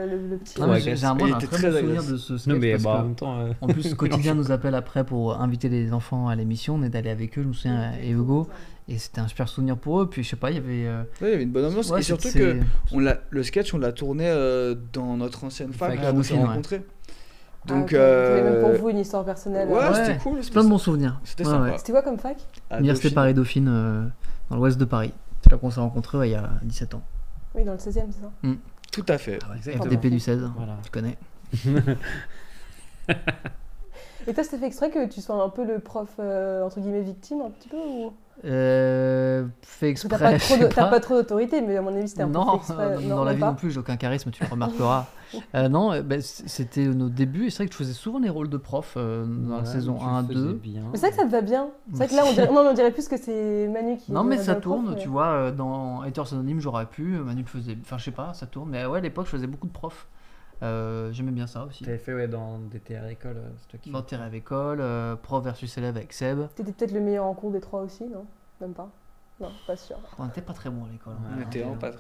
Speaker 2: le- le- le petit.
Speaker 4: Non, mais j'ai j'ai un, moi, j'ai un très bon souvenir de ce sketch
Speaker 5: Non, mais,
Speaker 4: parce
Speaker 5: bah,
Speaker 4: que,
Speaker 5: en même temps, euh,
Speaker 13: *laughs*
Speaker 4: en plus, Quotidien nous appelle après pour inviter les enfants à l'émission. On est allé avec eux, je me souviens, et Hugo. Et c'était un super souvenir pour eux. Puis je sais pas, il y avait. euh,
Speaker 1: Ouais, il y avait une bonne ambiance
Speaker 4: ouais,
Speaker 1: et surtout
Speaker 4: c'est-
Speaker 1: que on l'a- le sketch on l'a tourné euh, dans notre ancienne fac,
Speaker 4: Fac
Speaker 1: là où on s'est
Speaker 4: Dauphine, ouais.
Speaker 1: rencontrés.
Speaker 2: Ah,
Speaker 1: Donc
Speaker 2: ok. Vous avez même
Speaker 1: euh,
Speaker 2: pour vous une histoire personnelle.
Speaker 1: ouais,
Speaker 2: euh,
Speaker 1: c'était cool,
Speaker 4: Plein de bons souvenirs.
Speaker 1: C'était
Speaker 4: Ouais,
Speaker 1: sympa.
Speaker 4: ouais.
Speaker 2: C'était quoi comme fac
Speaker 1: À
Speaker 4: Université
Speaker 1: Dauphine.
Speaker 4: Paris-Dauphine, euh, dans l'ouest de Paris. C'est là qu'on s'est rencontrés ouais, il y a 17 ans.
Speaker 2: Oui, dans le 16 e c'est ça
Speaker 4: Mm.
Speaker 1: Tout à fait.
Speaker 2: exactement.
Speaker 4: DP du 16, tu connais.
Speaker 2: Et toi, c'était fait exprès que tu sois un peu le prof, euh, entre guillemets, victime, un petit peu ou...
Speaker 4: Euh, fait
Speaker 2: Parce que
Speaker 4: exprès.
Speaker 2: t'as pas, trop
Speaker 4: je
Speaker 2: de-
Speaker 4: sais
Speaker 2: t'as
Speaker 4: pas.
Speaker 2: pas trop d'autorité, mais à mon avis, c'était un peu fait
Speaker 4: Non,
Speaker 2: exprès.
Speaker 4: euh, dans la
Speaker 2: même
Speaker 4: vie
Speaker 2: pas.
Speaker 4: non plus, j'ai aucun charisme, tu le
Speaker 2: *laughs*
Speaker 4: remarqueras. Euh, non, euh, ben, c- c'était nos débuts, et c'est vrai que je faisais souvent les rôles de prof euh, dans
Speaker 5: Ouais,
Speaker 4: la saison
Speaker 5: tu le
Speaker 4: 1,
Speaker 5: faisais
Speaker 4: 2.
Speaker 5: bien.
Speaker 2: Mais c'est vrai que ça te va bien. C'est vrai que là, on dirait, non, mais on dirait plus que c'est Manu qui.
Speaker 4: Non, mais
Speaker 2: dans
Speaker 4: ça
Speaker 2: le prof,
Speaker 4: tourne,
Speaker 2: mais-
Speaker 4: tu vois, euh, dans Haters Anonyme, j'aurais pu, euh, Manu le faisait, enfin je sais pas, ça tourne, mais ouais, à l'époque, je faisais beaucoup de profs. Euh, J'aimais bien ça aussi.
Speaker 5: T'avais fait ouais, dans des TR école, euh, c'est toi qui.
Speaker 4: Dans Terre avec école, euh, prof versus élève avec Seb.
Speaker 2: T'étais peut-être le meilleur en cours des trois aussi, non Même pas Non, pas sûr.
Speaker 4: On était pas très bon à l'école.
Speaker 2: Ah.
Speaker 4: hein.
Speaker 1: On était vraiment pas très-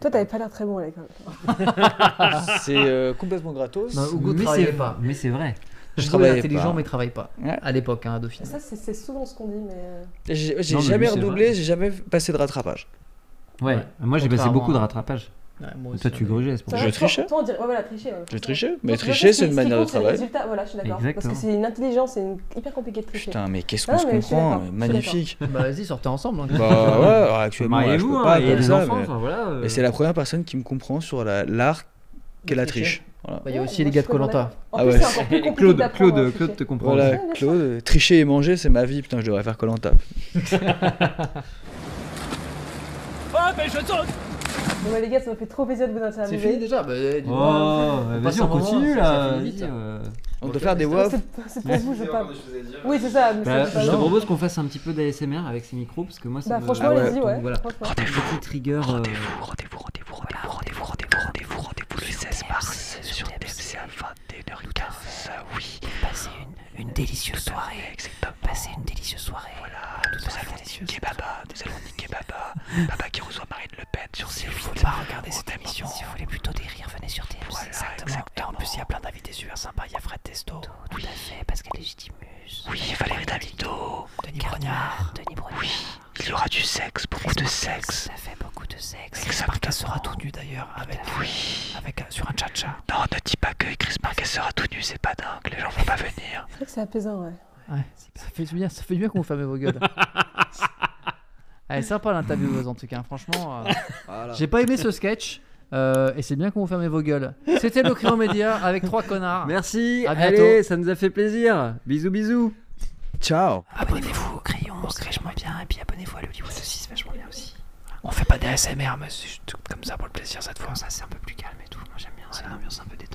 Speaker 2: Toi, t'avais pas l'air très bon à l'école. Ah.
Speaker 1: C'est euh, complètement gratos.
Speaker 2: Bah,
Speaker 4: Non, Hugo
Speaker 1: mais
Speaker 4: travaillait
Speaker 1: c'est-
Speaker 4: pas.
Speaker 5: Mais c'est vrai.
Speaker 1: Je
Speaker 4: Hugo est
Speaker 1: travaillais
Speaker 4: intelligent,
Speaker 1: pas.
Speaker 4: mais travaille pas.
Speaker 1: Ouais.
Speaker 4: À l'époque, hein, à Dauphine.
Speaker 2: Ça, c'est c'est souvent ce qu'on dit, mais. euh,
Speaker 1: J'ai j'ai
Speaker 4: Non, mais
Speaker 1: jamais
Speaker 4: lui, c'est
Speaker 1: redoublé,
Speaker 4: vrai.
Speaker 1: j'ai jamais passé de rattrapage.
Speaker 5: Ouais,
Speaker 4: Ouais.
Speaker 5: moi j'ai passé
Speaker 4: Contrairement
Speaker 5: beaucoup de
Speaker 4: à-
Speaker 5: rattrapage.
Speaker 4: Ouais, moi
Speaker 5: Toi
Speaker 4: aussi,
Speaker 5: tu
Speaker 4: mais-
Speaker 5: grugeais, c'est pour
Speaker 2: C'est
Speaker 5: ça.
Speaker 2: vrai que toi- Toi, on dirait. Ouais, voilà, tricher. ouais.
Speaker 1: J'ai triché, mais
Speaker 2: Donc,
Speaker 1: tricher,
Speaker 2: ce
Speaker 1: c'est
Speaker 2: qui-
Speaker 1: une
Speaker 2: ce qui
Speaker 1: manière de
Speaker 2: compte, c'est le
Speaker 1: travail.
Speaker 2: résultat. Voilà, je suis d'accord. Parce que
Speaker 5: Exactement.
Speaker 2: c'est une intelligence, c'est une- hyper compliqué de tricher.
Speaker 1: Putain, mais qu'est-ce
Speaker 2: Ah
Speaker 1: qu'on
Speaker 2: non,
Speaker 1: se
Speaker 2: mais je suis
Speaker 1: comprend
Speaker 2: d'accord, je suis
Speaker 1: Magnifique.
Speaker 4: Bah vas-y, sortez ensemble. hein.
Speaker 1: *laughs* Bah
Speaker 5: *laughs*
Speaker 1: ouais, alors actuellement, là, je
Speaker 5: Mariez-vous,
Speaker 1: peux
Speaker 5: hein,
Speaker 1: pas
Speaker 5: ayez
Speaker 1: comme
Speaker 5: des
Speaker 1: ça,
Speaker 5: enfants,
Speaker 1: mais,
Speaker 5: enfin, voilà, euh.
Speaker 1: mais c'est la première personne qui me comprend sur la- l'art qu'est la triche. Voilà.
Speaker 4: Bah, il y a aussi les gars de Colanta.
Speaker 2: En
Speaker 1: Ah
Speaker 2: plus, c'est
Speaker 4: euh,
Speaker 2: encore plus compliqué Claude- d'apprendre Claude- à
Speaker 1: euh,
Speaker 2: tricher. Claude te comprend
Speaker 1: Voilà,
Speaker 2: aussi. Ouais, bien
Speaker 1: Claude, euh, tricher et manger, c'est ma vie. Putain, je devrais faire Colanta.
Speaker 10: Ah, mais je saute
Speaker 2: Bon, bah, les gars, ça m'a fait trop plaisir de vous interviewer.
Speaker 4: C'est fini déjà bah, eh, dis donc,
Speaker 5: Oh,
Speaker 4: on
Speaker 5: vas-y,
Speaker 4: passe
Speaker 5: on
Speaker 4: un moment,
Speaker 5: continue,
Speaker 4: ça-
Speaker 5: là,
Speaker 4: ça fait vite. hein.
Speaker 5: vas-y, euh.
Speaker 1: On doit faire des wafs.
Speaker 2: C'est- C'est pour vous, je
Speaker 1: Vous avez
Speaker 2: parle.
Speaker 1: encore des choses à dire
Speaker 2: Oui, c'est ça. mais
Speaker 5: Bah,
Speaker 2: ça,
Speaker 5: je
Speaker 2: c'est
Speaker 5: te
Speaker 2: pas-
Speaker 5: propose qu'on fasse un petit peu d'ASMR avec ces micros parce que moi ça
Speaker 2: Bah,
Speaker 5: me...
Speaker 2: franchement, Ah ouais. allez-y, ouais, franchement.
Speaker 5: Rendez-vous, trigger. euh, Rendez-vous, rendez-vous,
Speaker 14: Rendez-vous, rendez-vous, rendez-vous, rendez-vous, rendez-vous, rendez-vous le 16 mars sur TMC à 21h15. Ah Oui, passez une, une délicieuse soirée. Exactement. Passez une délicieuse soirée. Voilà, nous allons niquer Baba, nous allons niquer Baba. Baba qui reçoit Marine Le Pen sur ses Si vous voulez pas regarder cette émission, si vous voulez plutôt des rires, venez sur TMC. Voilà, exactement. Et en plus, il y a plein d'invités super sympas. Il y a Fred Testo. Tout, à fait, Pascal Légitimus. Oui, Valérie Davido. Denis Brognard. Denis Brognard. Oui, Il y aura du sexe, beaucoup de sexe. Ça fait beaucoup de sexe. Chris Parker sera tout nu d'ailleurs, avec, avec euh, sur un cha-cha. Non, ne dis pas que Chris Parker sera tout nu, c'est pas dingue, les gens vont pas venir.
Speaker 2: C'est vrai que c'est apaisant, ouais.
Speaker 4: Ouais, ça fait du bien, ça fait du bien qu'on vous ferme vos gueules. *laughs* Elle est sympa l'intervieweuse en tout cas, franchement. euh,
Speaker 1: Voilà.
Speaker 4: J'ai pas aimé ce sketch. euh, et c'est bien qu'on vous ferme vos gueules. C'était le Crayon Média avec trois connards.
Speaker 5: Merci,
Speaker 4: À bientôt.
Speaker 5: allez, ça nous a fait plaisir. Bisous, bisous.
Speaker 1: Ciao.
Speaker 14: Abonnez-vous au crayon, c'est vachement bien, et puis abonnez-vous à l'Hollywood aussi, c'est vachement bien aussi. On fait pas des ASMR, mais c'est juste comme ça pour le plaisir cette fois. Ça c'est un peu plus calme et tout, moi j'aime bien, c'est une ambiance un peu détendue.